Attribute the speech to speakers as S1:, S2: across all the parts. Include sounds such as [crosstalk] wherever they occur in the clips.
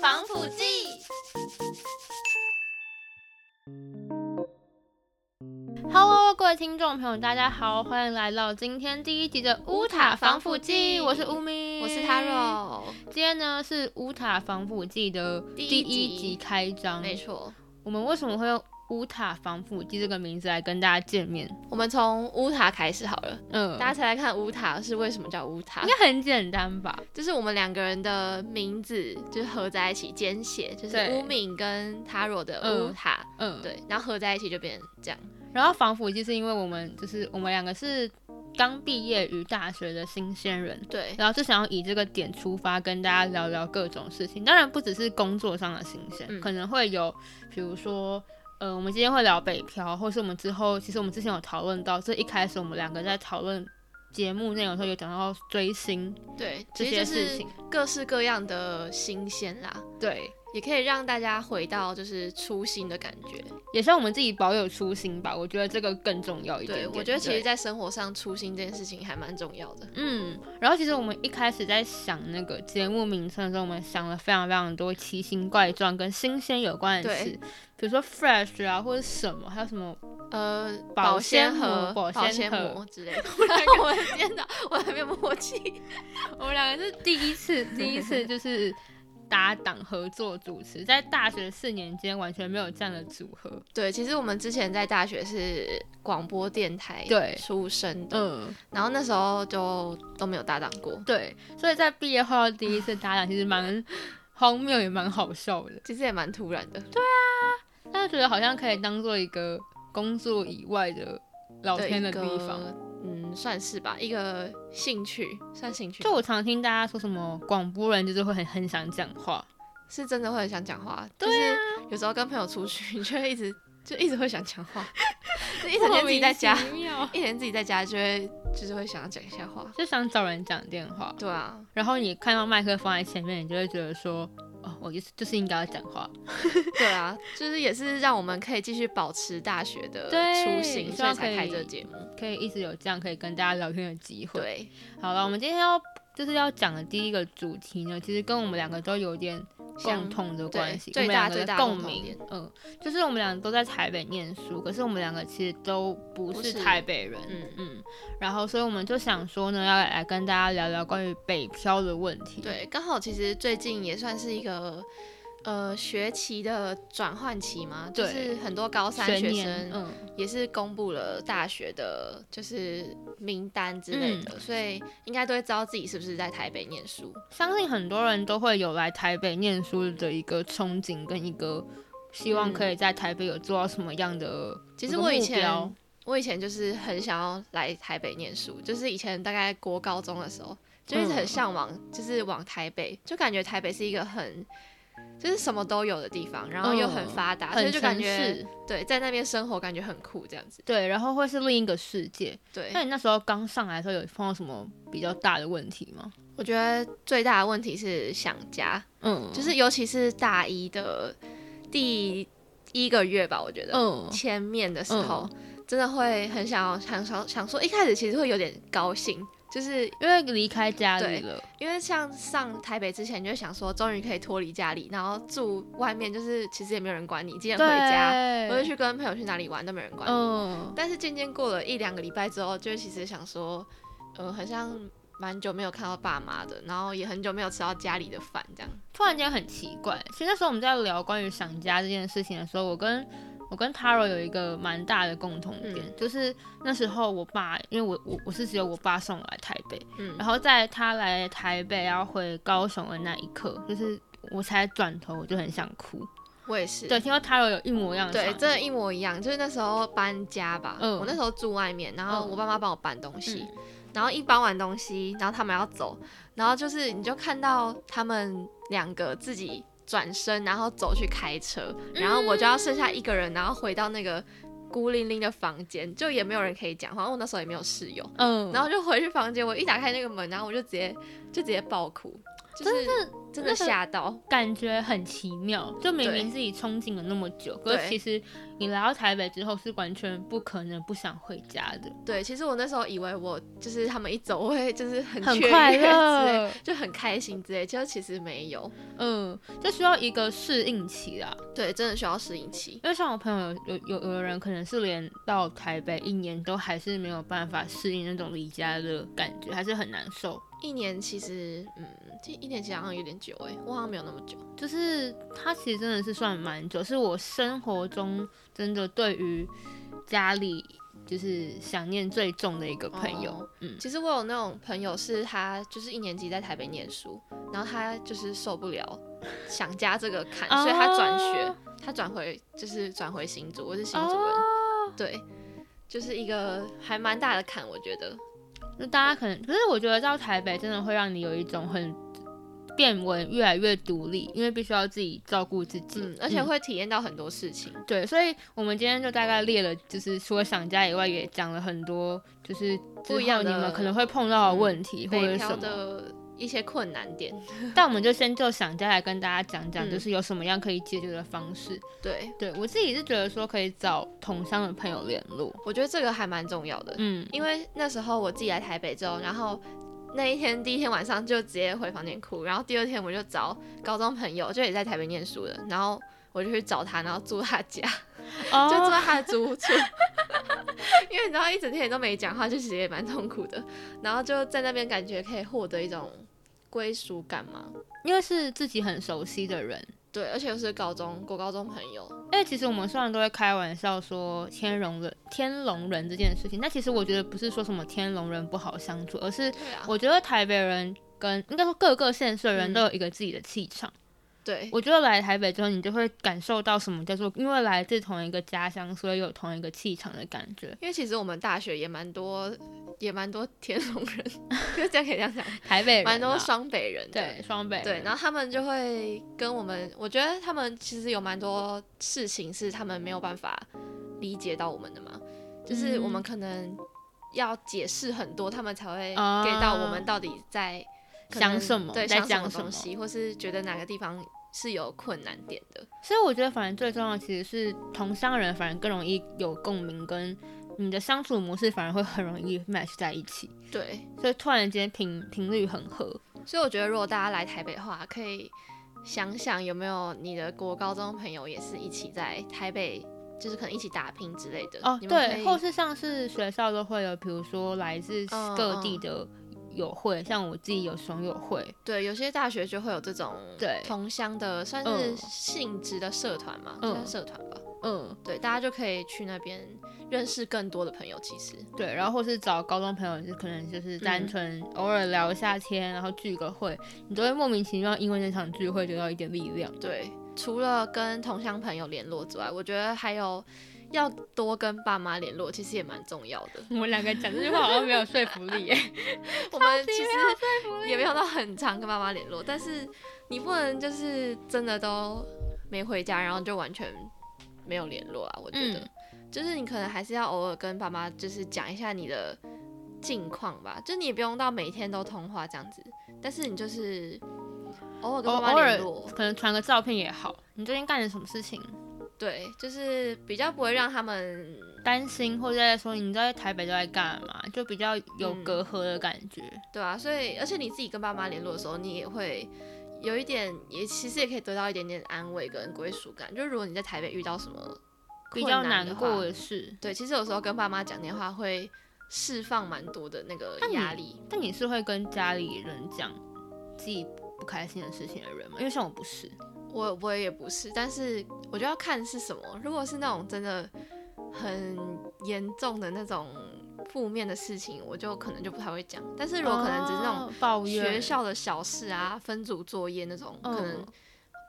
S1: 防腐剂。Hello，各位听众朋友，大家好，欢迎来到今天第一集的乌塔防腐剂。我是乌咪，
S2: 我是 Taro，
S1: 今天呢是乌塔防腐剂的第
S2: 第一
S1: 一集
S2: 集
S1: 开张。
S2: 没，错。
S1: 我们为什么会用乌塔防腐剂这个名字来跟大家见面？
S2: 我们从乌塔开始好了，
S1: 嗯，
S2: 大家猜猜看乌塔是为什么叫乌塔
S1: 应？该很简单吧？
S2: 就是我们两个人的名字就是合在一起简写，就是
S1: 对
S2: 乌敏跟 Taro 的
S1: 嗯
S2: 乌塔，
S1: 嗯，。
S2: 对，然后合在一起就变成这样。
S1: 然后防腐剂是因为我们就是我们两个是刚毕业于大学的新鲜人，
S2: 对，
S1: 然后就想要以这个点出发，跟大家聊聊各种事情。当然不只是工作上的新鲜，
S2: 嗯
S1: 可能会有，比如说，呃，我们今天会聊北漂，或是我们之后，其实我们之前有讨论到，这一开始我们两个在讨论节目内容的时候，有讲到追星
S2: 对，
S1: 这
S2: 其实就
S1: 些事
S2: 是
S1: 情。
S2: 各式各样的新鲜啦，
S1: 对，
S2: 也可以让大家回到就是初心的感觉。
S1: 也希望我们自己保有初心吧。我觉得这个更重要一点
S2: 对，
S1: 点
S2: 我觉得其实，
S1: 对
S2: 在生活上初心这件事情还蛮重要的。
S1: 嗯，然后其实我们一开始在想那个节目名称的时候，我们想了非常非常多奇形怪状跟新鲜有关的
S2: 对
S1: 词，比如说 fresh 啊，或者什么，还有什么
S2: 呃，
S1: 保
S2: 保
S1: 鲜
S2: 鲜
S1: 膜
S2: 盒、
S1: 保
S2: 保
S1: 鲜
S2: 鲜
S1: 盒
S2: 膜之类的。我两个，我的天哪，我还没有默契。
S1: [laughs] 我们两个是第一
S2: [laughs]
S1: 次，第一次就是搭档合作主持，在大学四年间完全没有这样的组合。
S2: 对，其实我们之前在大学是广播电台
S1: 对
S2: 出身的，
S1: 嗯，
S2: 然后那时候就都没有搭档过。
S1: 对，所以在毕业后第一次搭档，其实蛮荒谬，也蛮好笑的。
S2: 其实也蛮突然的，
S1: 但是觉得好像可以当做一个工作以外的聊
S2: 对
S1: 天的
S2: 一个
S1: 地方。
S2: 嗯，算是吧，一个兴趣，算兴趣吧。
S1: 就我常听大家说什么广播人就是会很很想讲话，
S2: 是真的会很想讲话，
S1: 啊
S2: 就是有时候跟朋友出去，你就会一直 [laughs] 就一直会想讲
S1: [laughs]
S2: 话，就一整天自己在家，
S1: 莫名其妙
S2: 一整天自己在家就会就是会想要讲一下话。
S1: 就想找人讲电话。
S2: 对啊，
S1: 然后你看到麦克风在前面，你就会觉得说，哦，我就是就是应该要讲话，
S2: 对啊，就是也是让我们可以继续保持大学的
S1: 对
S2: 初心，
S1: 希
S2: 所以
S1: 望
S2: 才
S1: 可以
S2: 开这个节目。
S1: 可以一直有这样可以跟大家聊天的机会。，
S2: 对，
S1: 好了，我们今天要就是要讲的第一个主题呢，其实跟我们两个都有点共
S2: 像
S1: 同的关系，
S2: 嗯对
S1: 我们
S2: 最大
S1: 两个
S2: 最
S1: 的
S2: 大
S1: 共
S2: 共同
S1: 鸣
S2: 点，
S1: 嗯，就是我们两个都在台北念书，可是我们两个其实都不
S2: 不
S1: 是
S2: 是
S1: 台北人，
S2: 嗯
S1: 嗯，然后所以我们就想说呢，要来跟大家聊聊关于北漂的问题，，
S2: 对，刚好其实最近也算是一个呃学期的转换期嘛，就
S1: 对
S2: 是很多高三
S1: 学
S2: 学
S1: 年，
S2: 生
S1: 嗯，
S2: 也是公布了大学的，就是名单之
S1: 嗯
S2: 类的，所以应该都会知道自己是不是在台北念书。
S1: 相信很多人都会有来台北念书的一个憧憬跟一个希望，
S2: 嗯
S1: 可以在台北有做到什么样的一个目标。
S2: 其实我以前我以前就是很想要来台北念书，就是以前大概国高中的时候，就一直很
S1: 嗯
S2: 向往，就是往台北，就感觉台北是一个很就是什么都有的地方，然后又很发达，所
S1: 嗯
S2: 以
S1: 很
S2: 就感
S1: 城
S2: 觉
S1: 市，
S2: 对在那边生活感觉很酷这样子。
S1: 对，然后会是另一个世界。
S2: 对，
S1: 那你那时候刚上来的时候，有碰到什么比较大的问题吗？
S2: 我觉得最大的问题是想家，
S1: 嗯，
S2: 就是尤其是大一的第一个月吧，我觉得，
S1: 嗯，
S2: 前面的时候，真的会很想要想想想说，一开始其实会有点高兴，就是
S1: 因为离开家里
S2: 对
S1: 了，
S2: 因为像上台北之前，就会想说终于可以脱离家里，然后住外面，就是其实也没有人管你，几点回家，
S1: 对
S2: 或者去跟朋友去哪里玩都没有人管你。
S1: 嗯，
S2: 但是渐渐过了一两个礼拜之后，就其实想说，呃，好像蛮久没有看到爸妈的，然后也很久没有吃到家里的饭，这样。
S1: 突然间很奇怪。其实那时候我们在聊关于想家这件事情的时候，我跟我跟 Taro 有一个蛮大的共同点，
S2: 嗯
S1: 就是那时候我爸，因为我我我是只有我爸送我来台北，
S2: 嗯，
S1: 然后在他来台北要回高雄的那一刻，就是我才转头我就很想哭。
S2: 我也是。
S1: 对，听到 Taro 有一模一样的
S2: 对，
S1: 场
S2: 真的，
S1: 景
S2: 一模一样。就是那时候搬家吧，
S1: 嗯
S2: 我那时候住外面，然后
S1: 嗯
S2: 我爸妈帮我搬东西，然后一搬完东西，然后他们要走，然后就是你就看到他们两个自己转身，然后走去开车，
S1: 嗯
S2: 然后我就要剩下一个人，然后回到那个孤零零的房间，就也没有人可以讲话，因为我那时候也没有室友，
S1: 嗯，
S2: 然
S1: 后
S2: 后就回去房间，我一打开那个门，然后我就直接就直接爆哭。就是真的吓到，
S1: 感觉很奇妙，就明明自己憧憬了那么久，可是
S2: 对
S1: 其实你来到台北之后是完全不可能不想回家的，
S2: 对，其实我那时候以为我就是他们一走，我会就是很
S1: 很
S2: 雀
S1: 快
S2: 跃之类，
S1: 乐，
S2: 就很开心之类，就其实没有。
S1: 嗯，就需要一个适应期啦。
S2: 对，真的需要适应期。
S1: 因为像我朋友有有有的人可能是连到台北一年都还是没有办法适应那种离家的感觉，还是很难受。
S2: 一年其实，嗯，这一年其实好像有点久哎、我好像没有那么久。
S1: 就是他其实真的是算蛮久，是我生活中真的对于家里就是想念最重的一个朋友。
S2: 哦
S1: 嗯，
S2: 其实我有那种朋友，是他就是一年级在台北念书，然后他就是受不了想家这个坎，所以他转学
S1: 哦，
S2: 他转回就是转回新竹，我是新竹人，
S1: 哦
S2: 对，就是一个还蛮大的坎，我觉得。
S1: 那大家可能，可是我觉得到台北真的会让你有一种很变文越来越独立，因为必须要自己照顾自己，
S2: 嗯，而且会体验到很多事情。
S1: 对，所以我们今天就大概列了，就是除了想家以外，也讲了很多，就是之
S2: 不一样
S1: 后你
S2: 的嗯
S1: 们可能会碰到的问题或者
S2: 北
S1: 是
S2: 漂
S1: 什么。
S2: 的一些困难点，
S1: 但我们就先就想家来跟大家讲讲，
S2: 嗯
S1: 就是有什么样可以解决的方式。
S2: 对
S1: 对我自己是觉得说可以找同乡的朋友联络。
S2: 我觉得这个还蛮重要的，
S1: 嗯，
S2: 因为那时候我自己来台北之后，然后那一天第一天晚上就直接回房间哭，然后第二天我就找高中朋友，就也在台北念书的，然后我就去找他，然后住他家， [laughs] 就住
S1: 哦，
S2: 在他的租屋处。 [laughs] 因为你知道一整天也都没讲话，就其实也蛮痛苦的。然后就在那边感觉可以获得一种归属感嘛。
S1: 因为是自己很熟悉的人。
S2: 对，而且又是高中国高中朋友，
S1: 因为其实我们虽然都会开玩笑说天龙人天龙人这件事情，但其实我觉得不是说什么天龙人不好相处，而是
S2: 对啊，
S1: 我觉得台北人跟应该说各个县市的人
S2: 嗯
S1: 都有一个自己的气场。
S2: 对
S1: 我觉得来台北之后，你就会感受到什么叫做因为来自同一个家乡，所以有同一个气场的感觉。
S2: 因为其实我们大学也蛮多，也蛮多天龙人， [laughs] 就是这样可以这样讲，
S1: 台北人
S2: 蛮多
S1: 啊
S2: 双北人的。
S1: 对双北
S2: 对，
S1: 人
S2: 然后他们就会跟我们，我觉得他们其实有蛮多事情是他们没有办法理解到我们的嘛，就是我
S1: 嗯
S2: 们可能要解释很多，他们才会
S1: 啊
S2: get 到我们到底在可
S1: 想
S2: 能
S1: 什么
S2: 对，
S1: 在
S2: 想什
S1: 讲
S2: 么
S1: 什么
S2: 东西，或是觉得哪个地方是有困难点的。
S1: 所以我觉得，反正最重要的其实是同乡人，反而更容易有共鸣，跟你的相处模式反而会很容易 match 在一起，
S2: 对，
S1: 所以突然间频频率很合。
S2: 所以我觉得，如果大家来台北的话，可以想想有没有你的国高中朋友也是一起在台北，就是可能一起打拼之类的。
S1: 哦，
S2: 你们可
S1: 对，
S2: 以
S1: 或是像是学校都会有，比如说来自
S2: 嗯
S1: 各地的友会，像我自己有熊友会，
S2: 对，有些大学就会有这种
S1: 对
S2: 同乡的，算是性质的社团嘛，
S1: 嗯
S2: 算社团吧。
S1: 嗯，
S2: 对，大家就可以去那边认识更多的朋友。其实，
S1: 对，然后或是找高中朋友，就可能就是单
S2: 嗯
S1: 纯偶尔聊一下天，然后聚个会，你都会莫名其妙因为那场聚会得到一点力量。
S2: 对，除了跟同乡朋友联络之外，我觉得还有要多跟爸妈联络，其实也蛮重要的。
S1: [laughs] 我们两个讲这句话好像没有说服力 [laughs] 耶。
S2: 我们其实也没有到很常跟妈妈联络，但是你不能就是真的都没回家，然后就完全没有联络啊。我觉得，就是你可能还是要偶尔跟爸妈就是讲一下你的近况吧，就你也不用到每天都通话这样子，但是你就是偶尔跟
S1: 偶
S2: 爸
S1: 哦
S2: 妈
S1: 偶尔
S2: 联络，
S1: 可能传个照片也好。你最近干了什么事情？
S2: 对，就是比较不会让他们
S1: 担心或者在说你在台北都在干嘛？就比较有
S2: 嗯
S1: 隔阂的感觉。
S2: 对啊，所以而且你自己跟爸妈联络的时候，你也会有一点，也其实也可以得到一点点安慰跟归属感。就如果你在台北遇到什么
S1: 比较
S2: 困难
S1: 难
S2: 的
S1: 过
S2: 话，
S1: 的事。
S2: 对，其实有时候跟爸妈讲电话会释放蛮多的那个
S1: 那你
S2: 压力。
S1: 但你是会跟家里人讲自己不开心的事情的人吗？因为像我不是，
S2: 我我也不是，但是我就要看是什么。如果是那种真的很严重的那种负面的事情，我就可能就不太会讲。但是如果可能只是那种
S1: 哦抱怨
S2: 学，校的小事啊、分组作业那种，可能
S1: 嗯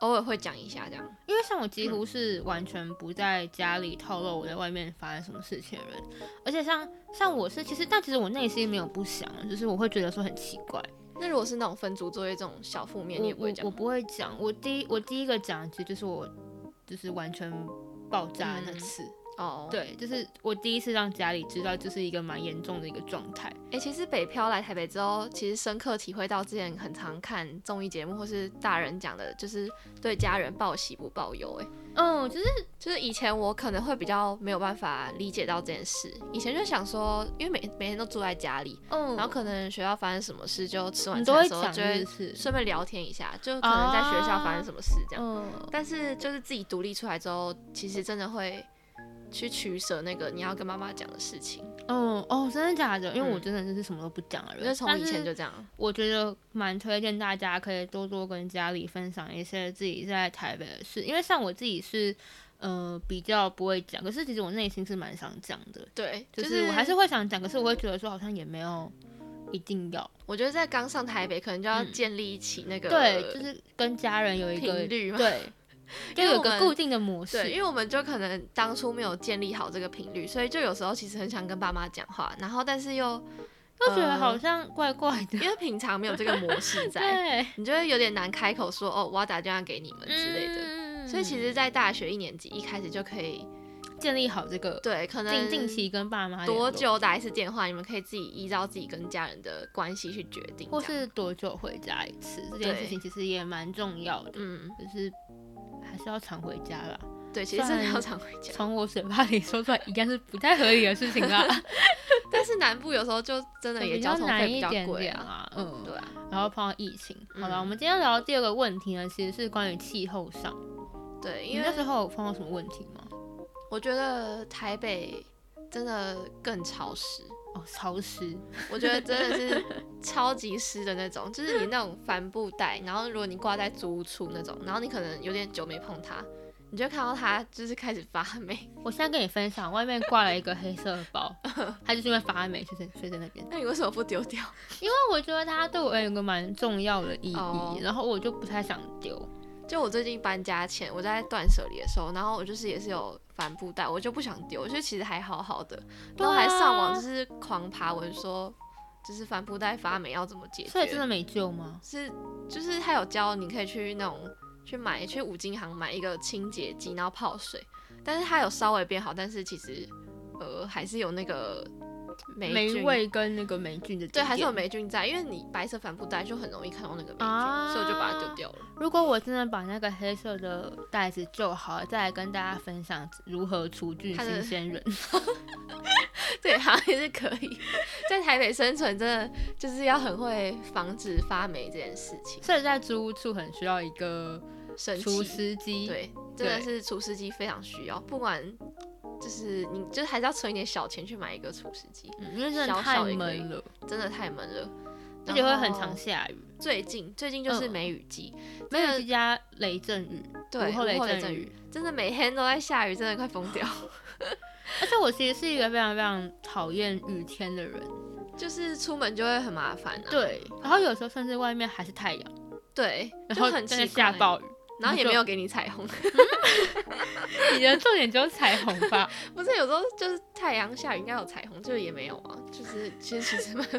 S2: 偶尔会讲一下这样。
S1: 因为像我几乎是完全不在家里透露我在外面发生什么事情的人，而且像像我是其实，但其实我内心没有不想，就是我会觉得说很奇怪。
S2: 那如果是那种分组作业这种小负面，你也不会
S1: 我
S2: 讲
S1: 我我不会嗯讲，我第一我第一个讲，其实就是我就是完全爆炸的那次，
S2: 哦，，
S1: 对，就是我第一次让家里知道，这是一个蛮严重的一个状态。
S2: 哎、其实北漂来台北之后，其实深刻体会到之前很常看综艺节目或是大人讲的，就是对家人报喜不报忧、哎，
S1: 嗯，就是
S2: 就是以前我可能会比较没有办法理解到这件事，以前就想说，因为每每天都住在家里，
S1: 嗯，
S2: 然后可能学校发生什么事，就吃晚
S1: 你都
S2: 餐的
S1: 会
S2: 时候
S1: 讲
S2: 就
S1: 这
S2: 会
S1: 是，
S2: 顺便聊天一下，就可能在学校发生什么事这样。
S1: 嗯，
S2: 但是就是自己独立出来之后，其实真的会去取舍那个你要跟妈妈讲的事情，
S1: 嗯，哦，真的假的？因为我
S2: 嗯
S1: 真的就是什么都不讲的
S2: 因
S1: 人，
S2: 为从以前
S1: 但是
S2: 就这样。
S1: 我觉得蛮推荐大家可以多多跟家里分享一些自己在台北的事，因为像我自己是。呃，比较不会讲，可是其实我内心是蛮想讲的，
S2: 对，
S1: 就是是我还是会想讲，可是我
S2: 嗯
S1: 会觉得说好像也没有一定要，
S2: 我觉得在刚上台北，可能就要
S1: 嗯
S2: 建立起那个
S1: 对，就是跟家人有一个
S2: 频率嘛。 [laughs]
S1: 对，就
S2: 因为
S1: 有
S2: 我
S1: 个
S2: 们
S1: 固定的模式，
S2: 对，因为我们就可能当初没有建立好这个频率，所以就有时候其实很想跟爸妈讲话，然后但是
S1: [laughs]
S2: 又
S1: 就觉得
S2: 呃
S1: 好像怪怪的。
S2: 因为平常没有这个模式
S1: [laughs]
S2: 在，
S1: 对，
S2: 你就会有点难开口说哦，我要打电话给你们之类的。
S1: 的
S2: 所以其实，在大学一年级一开始就可以，
S1: 建立好这个
S2: 对，可能
S1: 定定期跟爸妈联
S2: 嗯多
S1: 络，
S2: 久打一次电话，你们可以自己依照自己跟家人的关系去决定这样，
S1: 或是多久回家一次，这件
S2: 对
S1: 事情其实也蛮重要的，
S2: 嗯，
S1: 就是还是要常回家啦。
S2: 对，其实真的
S1: 算
S2: 要常回家。
S1: 从我嘴巴里说出来，应该是不太合理的事情
S2: [laughs]
S1: 啦，
S2: 但是南部有时候就真的也
S1: 比
S2: 交
S1: 较
S2: 通费
S1: 难
S2: 比
S1: 一
S2: 较
S1: 点
S2: 贵
S1: 点
S2: 啊，
S1: 啦。嗯，
S2: 对。啊，
S1: 然后碰到疫情，好了，
S2: 嗯
S1: 我们今天聊的第二个问题呢，其实是关于气候上。嗯
S2: 对，
S1: 你
S2: 因为
S1: 那时候有碰到什么问题吗？
S2: 我觉得台北真的更潮湿，
S1: 哦，潮湿。
S2: 我觉得真的是
S1: [laughs]
S2: 超级湿的那种，就是你那种帆布袋，然后如果你挂在租屋处那种，然后你可能有点久没碰它，你就看到它就是开始发霉。
S1: 我现在跟你分享，外面挂了一个黑色的
S2: [laughs]
S1: 包，它就是因为发霉，就是睡在那边。
S2: 那你为什么不丢掉？
S1: 因为我觉得它对我有个蛮重要的意义，
S2: 哦
S1: 然后我就不太想丢。
S2: 就我最近搬家前，我在断舍离的时候，然后我就是也是有帆布袋，我就不想丢，就其实还好好的，然后还上网
S1: 啊
S2: 就是狂爬文说，就是帆布袋发霉要怎么解决，
S1: 所以真的没救吗？
S2: 是就是他有教你可以去那种去买去五金行买一个清洁剂，然后泡水，但是它有稍微变好，但是其实呃还是有那个霉
S1: 霉
S2: 菌，
S1: 味跟那个霉菌的
S2: 对，还是有
S1: 点
S2: 霉菌在，因为你白色帆布袋就很容易看到那个霉菌，
S1: 啊
S2: 所以我就把它丢掉了。
S1: 如果我真的把那个黑色的袋子救好了，再来跟大家分享如何除菌
S2: 它的
S1: 新鲜人。
S2: [laughs] 对，好像也是可以，在台北生存真的就是要很会防止发霉这件事情，
S1: [laughs] 所以在租屋处很需要一个
S2: 神
S1: 除
S2: 奇。
S1: 湿机，，
S2: 对，真的
S1: 对
S2: 是除湿机非常需要，不管就是你就是还是要存一点小钱去买一个除湿机，
S1: 嗯、因为真的
S2: 小
S1: 太
S2: 小一个
S1: 闷了，
S2: 真的太闷了，
S1: 而且会很
S2: 然
S1: 常
S2: 后
S1: 下雨，
S2: 最近最近就是
S1: 嗯
S2: 梅雨季，
S1: 梅
S2: 这
S1: 雨季加雷阵雨，
S2: 对，
S1: 午后雷
S2: 午后雷
S1: 阵
S2: 阵
S1: 雨
S2: 雨，真的每天都在下雨，真的快疯掉。
S1: 而且我其实是一个非常非常讨厌雨天的人，
S2: [laughs]
S1: 啊
S2: 就是出门就会很麻烦啊。
S1: 对。然后有时候甚至外面还是太阳，
S2: 对，
S1: 然
S2: 就
S1: 后
S2: 很
S1: 真的
S2: 奇
S1: 下 [laughs]
S2: 怪，
S1: 暴雨。
S2: 然后也
S1: 就
S2: 没有给你彩虹。
S1: 你的重点只有彩虹吧？
S2: 不是有时候就是太阳下雨应该有彩虹，就是也没有啊。就是其实其实蛮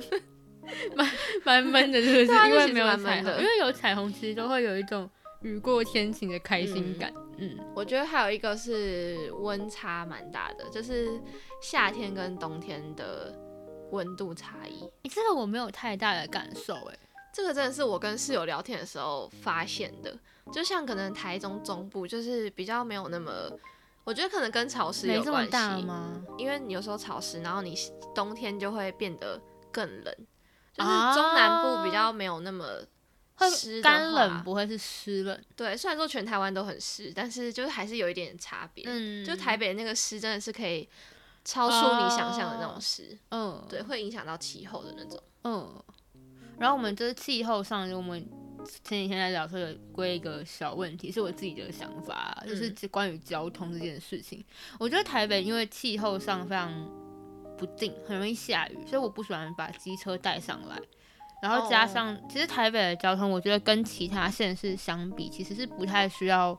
S2: [laughs]
S1: 蛮闷的，是不
S2: 对
S1: 是？
S2: 啊
S1: 因
S2: 就
S1: 为
S2: 其
S1: 没有
S2: 实蛮
S1: 彩虹，
S2: 闷的
S1: 因为有彩虹其实都会有一种雨过天晴的开心感。嗯，
S2: 我觉得还有一个是温差蛮大的，就是夏天跟冬天的温度差异。
S1: 诶这个我没有太大的感受，哎，
S2: 这个真的是我跟室友聊天的时候发现的，就像可能台中中部就是比较没有那么，我觉得可能跟潮湿
S1: 没
S2: 有
S1: 这么
S2: 关
S1: 大
S2: 系，
S1: 吗？
S2: 因为你有时候潮湿，然后你冬天就会变得更冷，就是
S1: 啊
S2: 中南部比较没有那么
S1: 会
S2: 湿的
S1: 干冷
S2: 话
S1: 不会是湿冷，
S2: 对，虽然说全台湾都很湿，但是就是还是有一点差别。
S1: 嗯
S2: 就台北那个湿真的是可以超出你想象的那种湿，
S1: 嗯
S2: 对，会影响到气候的那种。
S1: 嗯。然后我们就是气候上，我们前几天在聊说有归一个小问题，是我自己的想法，啊
S2: 嗯
S1: 就是关于交通这件事情。我觉得台北因为气候上非常不定，很容易下雨，所以我不喜欢把机车带上来。然后
S2: 哦
S1: 加上其实台北的交通，我觉得跟其他县市相比，其实是不太需要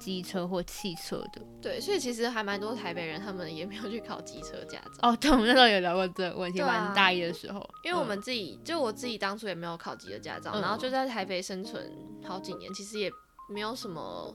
S1: 机车或汽车的。
S2: 对，所以其实还蛮多台北人他们也没有去考机车驾照，
S1: 哦，对，我们那时候有聊过这个问题，
S2: 对啊
S1: 玩大一的时候，
S2: 因为我
S1: 嗯
S2: 们自己、就我自己当初也没有考机车驾照，
S1: 嗯
S2: 然后就在台北生存好几年，其实也没有什么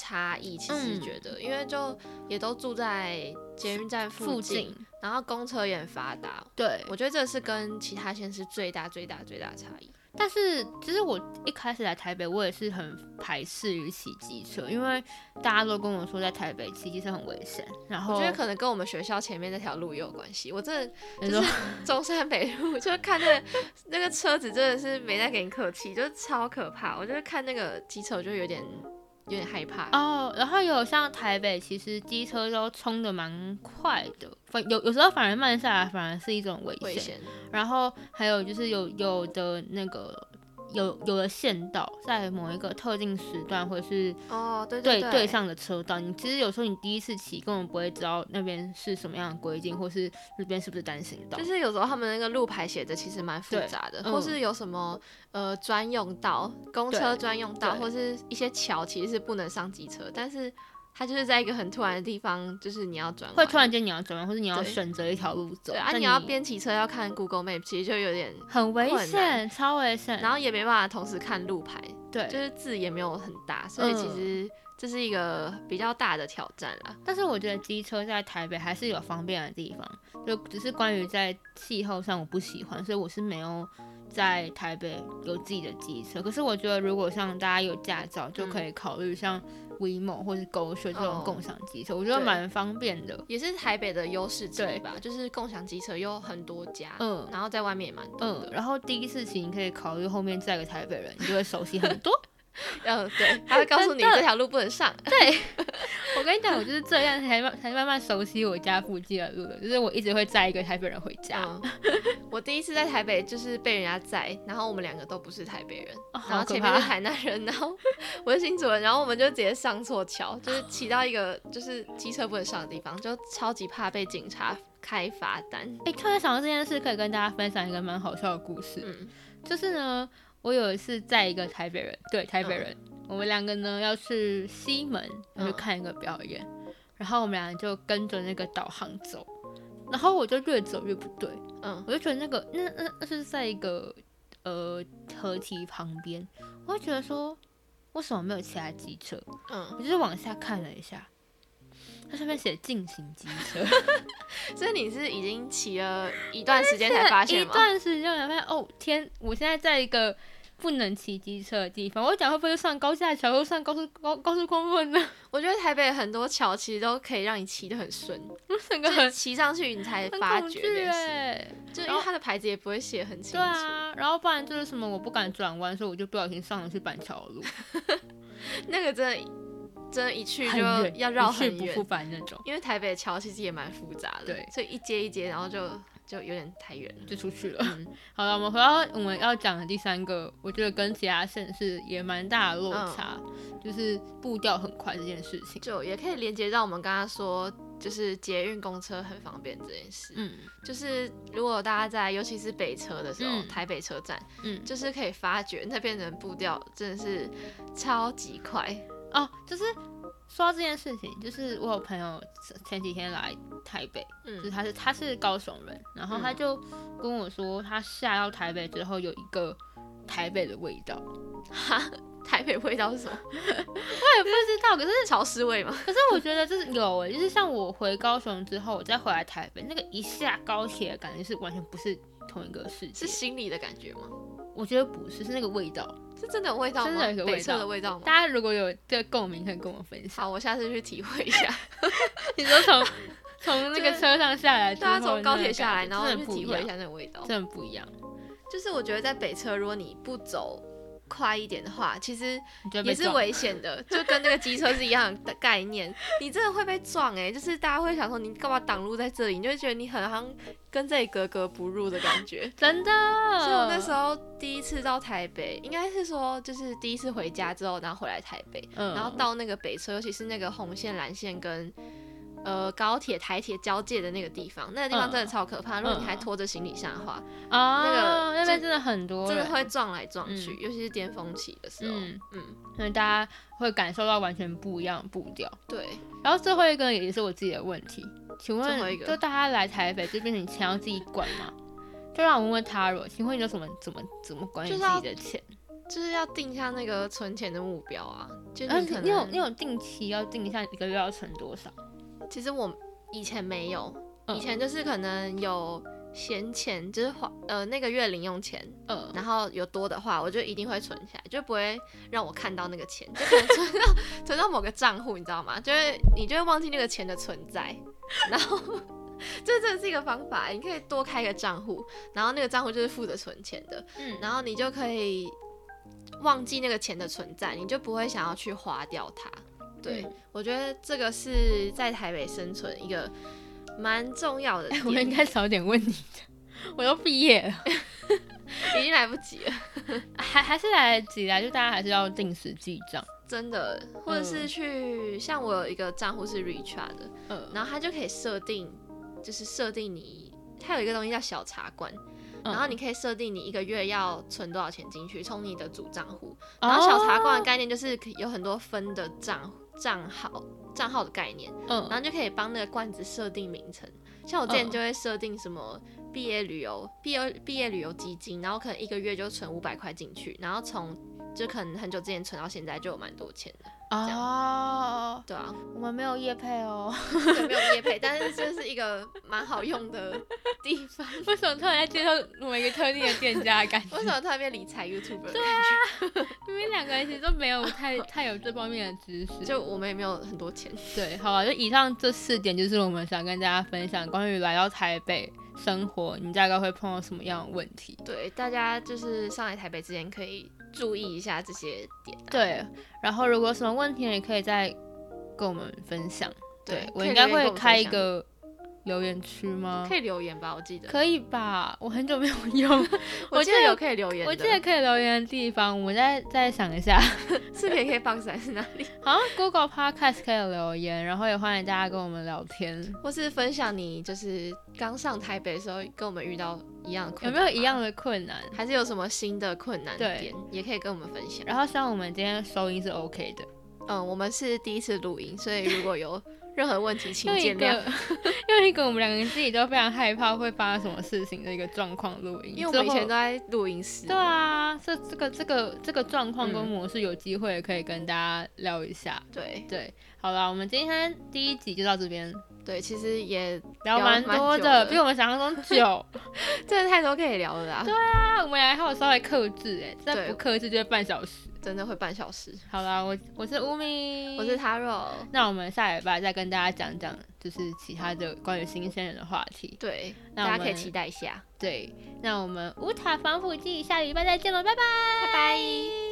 S2: 差异，其实
S1: 嗯
S2: 觉得，因为就也都住在捷运站
S1: 嗯
S2: 附
S1: 附
S2: 近，
S1: 近
S2: 然后公车也很发达，
S1: 对，
S2: 我觉得这是跟其他县市最大最大最大的差异。
S1: 但是其实我一开始来台北，我也是很排斥于骑机车，因为大家都跟我说在台北骑机车很危险，然后
S2: 我觉得可能跟我们学校前面那条路也有关系。我真的
S1: 你
S2: 就
S1: 说
S2: 是中山北路， [laughs] 就看那个那个车子真的是没在给你客气，就是超可怕。我就是看那个机车，我就有点有点害怕。
S1: [laughs] 哦，然后有像台北，其实机车都冲的蛮快的，反有有时候反而慢下来，反而是一种危
S2: 危
S1: 险。
S2: 险，
S1: 然后还有就是有有的那个有有的县道，在某一个特定时段或者是
S2: 哦，对
S1: 对
S2: 对，
S1: 对上的车道，你其实有时候你第一次骑根本不会知道那边是什么样的规定，或是那边是不是单行道
S2: 就。是有时候他们那个路牌写的其实蛮复
S1: 对
S2: 杂的，
S1: 嗯
S2: 或是有什么呃专用道、公车
S1: 对
S2: 专用道，
S1: 对
S2: 或是一些桥其实是不能上机车，但是它就是在一个很突然的地方，就是你要转弯，
S1: 会突然间你要转弯，或者你要
S2: 对
S1: 选择一条路走，
S2: 对啊，
S1: 但
S2: 你要边骑车要看 Google Map，其实就有点，
S1: 很危
S2: 困难
S1: 险，超危险。
S2: 然后也没办法同时看路牌，
S1: 对，
S2: 就是字也没有很大，所以
S1: 嗯
S2: 其实这是一个比较大的挑战啦。
S1: 但是我觉得机车在台北还是有方便的地方，就只是关于在气候上我不喜欢，所以我是没有在台北有自己的机车。可是我觉得如果像大家有驾照，就可以考虑像 WeMo 或是 GoShare 这
S2: 嗯哦
S1: 种共享机车，我觉得
S2: 对
S1: 蛮方便的。
S2: 也是台北的优势之一
S1: 对
S2: 吧，就是共享机车有很多家，
S1: 嗯
S2: 然后在外面也蛮多
S1: 嗯
S2: 的，，
S1: 然后第一次情你可以考虑后面载个台北人，你就会熟悉很多。
S2: 嗯， [laughs] 对，他会告诉你
S1: 真的
S2: 这条路不能上。
S1: 我跟你讲，我就是这样才慢才慢慢熟悉我家附近的路的，就是我一直会载一个台北人回家。
S2: 嗯，我第一次在台北就是被人家载，然后我们两个都不是台北人，
S1: 哦
S2: 然
S1: 好
S2: 后
S1: 可
S2: 前面
S1: 怕
S2: 是！台南人，然
S1: [laughs]
S2: 后我是新主人，然后我们就直接上错桥，就是骑到一个就是机车不能上的地方，就超级怕被警察开罚单。
S1: 哎、突然想到这件事，可以跟大家分享一个蛮好笑的故事。
S2: 嗯，
S1: 就是呢，我有一次在一个台北人，对台北人，我们两个呢要去西门要去
S2: 嗯
S1: 看一个表演，然后我们俩就跟着那个导航走，然后我就越走越不对，
S2: 嗯，
S1: 我就觉得那个那那那是在一个呃河堤旁边，我就觉得说为什么没有其他机车？
S2: 嗯，
S1: 我就是往下看了一下，它上面写进行机车。 [laughs]
S2: 所以你是已经骑了一段时间才发现
S1: 一
S2: 吗？
S1: 段时间才发现，哦天，我现在在一个不能骑机车的地方，我讲会不会又上高架桥，又上高速高高速公路呢？ [laughs]
S2: 我觉得台北很多桥其实都可以让你骑得
S1: [laughs]
S2: 很顺，
S1: 我整
S2: 就
S1: 个
S2: 是
S1: 很
S2: 骑上去你才
S1: 很
S2: 发
S1: 恐
S2: 觉
S1: 惧
S2: 这件事，
S1: 哎。
S2: 就因为它的牌子也不会写得很清
S1: 对
S2: 楚。
S1: 啊，然后不然就是什么我不敢转弯，所以我就不小心上了去板桥路，
S2: 那个真的，真的，一去就
S1: 很远
S2: 要绕
S1: 一去
S2: 很
S1: 不
S2: 远
S1: 复，返那种，
S2: 因为台北的桥其实也蛮复杂的，
S1: 对
S2: 所以一街一街，然后就就有点太远了。
S1: 就出去了。嗯好了，我们回到我们要讲的第三个，我觉得跟其他县市也蛮大的落差，就是步调很快这件事情。
S2: 就也可以连接到我们刚刚说，就是捷运公车很方便这件事。
S1: 嗯
S2: 就是如果大家在，尤其是北车的时候，
S1: 嗯
S2: 台北车站，
S1: 嗯，
S2: 就是可以发觉那边的步调真的是超级快。
S1: 哦，就是说到这件事情，就是我有朋友前几天来台北，就是
S2: 嗯
S1: 他是他是高雄人，然后他
S2: 嗯
S1: 就跟我说，他下到台北之后有一个台北的味道，
S2: 哈，台北味道是什么？ [laughs]
S1: 我也不知道，可是
S2: 潮湿味吗？
S1: 可是我觉得就是有诶、就是像我回高雄之后，我再回来台北，那个一下高铁的感觉是完全不是同一个世界
S2: 是，心里的感觉吗？
S1: 我觉得不是，是那个味道。
S2: 是真的有味道吗？
S1: 真的有一个味道
S2: 北车的味道吗？
S1: 大家如果有这个共鸣，可以跟我分享。 [laughs]
S2: 好，我下次去体会一下。 [laughs]
S1: 你说从从那个
S2: 就是
S1: 车上下来之后
S2: 大 [laughs]
S1: 那
S2: 家
S1: 种感觉，
S2: 啊从高铁下来，然后
S1: 真
S2: 去
S1: 的不
S2: 体
S1: 一
S2: 会一
S1: 样，
S2: 下那个味道。
S1: 真的不一样，
S2: 就是我觉得在北车，如果你不走快一点的话，其实
S1: 你觉得
S2: 也是危险的，就跟那个机车是一样的概念。你真的会被撞哎、就是大家会想说你干嘛挡路在这里，你就会觉得你很好像跟这里格格不入的感觉。
S1: 真的。
S2: 所
S1: 所
S2: 以我那时
S1: 候，
S2: 候第一次到台北，应该是说就是第一次回家之后，然后回来台北，
S1: 嗯
S2: 然后到那个北车，尤其是那个红线、蓝线跟呃高铁、台铁交界的那个地方，那个地
S1: 嗯
S2: 方真的超可怕。如果你还
S1: 嗯
S2: 拖着行李箱的话，
S1: 啊，
S2: 那个
S1: 那边真的很多
S2: 真
S1: 人，
S2: 的会撞来撞去，
S1: 嗯
S2: 尤其是巅峰期的时候。嗯
S1: 嗯，所以大家会感受到完全不一样的步调。
S2: 对，
S1: 然后最后一个也是我自己的问题，请
S2: 最后一
S1: 问，
S2: 个
S1: 就大家来台北这边，你钱要自己管吗？就让我问问他，请问你有什么怎么怎么管理
S2: 就
S1: 自
S2: 是要
S1: 己的钱？
S2: 就是要定下那个存钱的目标啊。就
S1: 然后
S2: 你可
S1: 呃你有
S2: 能，
S1: 你有定期要定一下一个月要存多少？
S2: 其实我以前没有，
S1: 嗯
S2: 以前就是可能有闲钱，就是花呃那个月零用钱，
S1: 呃，
S2: 然后有多的话，我就一定会存起来，就不会让我看到那个钱，就可能存到存到某个账户，你知道吗？就是你就会忘记那个钱的存在，然后 [laughs] 这真的是一个方法，欸你可以多开一个账户，然后那个账户就是负责存钱的，
S1: 嗯，
S2: 然后你就可以忘记那个钱的存在，你就不会想要去花掉它。对，
S1: 嗯
S2: 我觉得这个是在台北生存一个蛮重要的
S1: [laughs] 哎
S2: 点，
S1: 我应该早点问你的， [laughs] 我都毕业
S2: [laughs]
S1: 了，
S2: 已经来不及了。 [laughs]
S1: 还还是来得及啦，就大家还是要定时记账。
S2: 真的，
S1: 嗯
S2: 或者是去、像我有一个账户是 Richard 的，
S1: 呃，
S2: 然后它就可以设定，就是设定你，它有一个东西叫小茶馆，
S1: 嗯
S2: 然后你可以设定你一个月要存多少钱进去，从你的主账户。
S1: 哦
S2: 然后小茶馆的概念就是可以有很多分的账账号账号的概念，
S1: 哦，
S2: 然后就可以帮那个罐子设定名称。像我之前
S1: 嗯
S2: 就会设定什么毕业旅游、毕业毕业旅游基金，然后可能一个月就存五百块进去，然后从就可能很久之前存到现在就有蛮多钱的，
S1: 嗯
S2: 这样
S1: 哦，
S2: 对啊，
S1: [laughs] 我们没有业配哦。
S2: 虽然没有业配，但是这是一个蛮好用的地方。
S1: [laughs] 为什么突然在介绍我们一个特定的店家的感觉？ [laughs]
S2: 为什么特别理财 YouTuber？对啊，
S1: 因为两个人其实都没有太太有这方面的知识。
S2: [laughs] 就我们也没有很多钱，
S1: 对，好啊了，就以上这四点就是我们想跟大家分享关于来到台北生活，你大概会碰到什么样的问题。
S2: 对大家就是上来台北之前可以注意一下这些点啊、
S1: 对，然后如果有什么问题也可以再跟我们分享。对
S2: 对，
S1: 我
S2: 可以
S1: 应
S2: 留
S1: 该
S2: 言跟
S1: 会
S2: 我们
S1: 开
S2: 分
S1: 一
S2: 享
S1: 个留言区吗？
S2: 可以留言吧，我记得，
S1: 可以吧？我很久没有用，
S2: 我
S1: 我记
S2: 记得
S1: 得
S2: 有可以留言的，
S1: 我记得可以留言的地方，我再再想一下。 [laughs]
S2: 视频可以放出来是哪里，
S1: 好像 Google Podcast 可以留言，然后也欢迎大家跟我们聊天。
S2: 或是分享你就是刚上台北的时候跟我们遇到一样的
S1: 有
S2: 困
S1: 没
S2: 难吗，
S1: 有一样的困难？
S2: 还是有什么新的困难
S1: 对
S2: 点，也可以跟我们分享。
S1: 然后希望我们今天收音是 OK 的，
S2: 嗯，我们是第一次录音，所以如
S1: [laughs]
S2: 果有任何问题，请
S1: 用一
S2: 见
S1: 个 [laughs]
S2: 谅。
S1: 用一个我们两个人自己都非常害怕会发生什么事情的一个状况录音，
S2: 因为我们以前都
S1: 之后
S2: 在录音室。
S1: 对啊，这这个这个这个状况跟
S2: 嗯
S1: 模式有机会可以跟大家聊一下。
S2: 对
S1: 对，好了，我们今天第一集就到这边，
S2: 对，其实也
S1: 聊
S2: 聊
S1: 蛮
S2: 蛮
S1: 多
S2: 久
S1: 的，
S2: 的
S1: 比我们想象中久。
S2: 真的太多可以聊了啦，
S1: 啊，我们俩还有稍微克制哎，再
S2: 对
S1: 不克制就会半小时。
S2: 真的会半小时。
S1: 好啦，我我是乌咪，
S2: 我是 Taro，
S1: 那我们下礼拜再跟大家讲讲，就是其他的关于新鲜人的话题。
S2: 对，
S1: 那
S2: 大
S1: 我
S2: 家可以
S1: 们
S2: 期待一下，
S1: 对，那我们乌塔防腐剂下礼拜再见了，拜拜。
S2: 拜拜。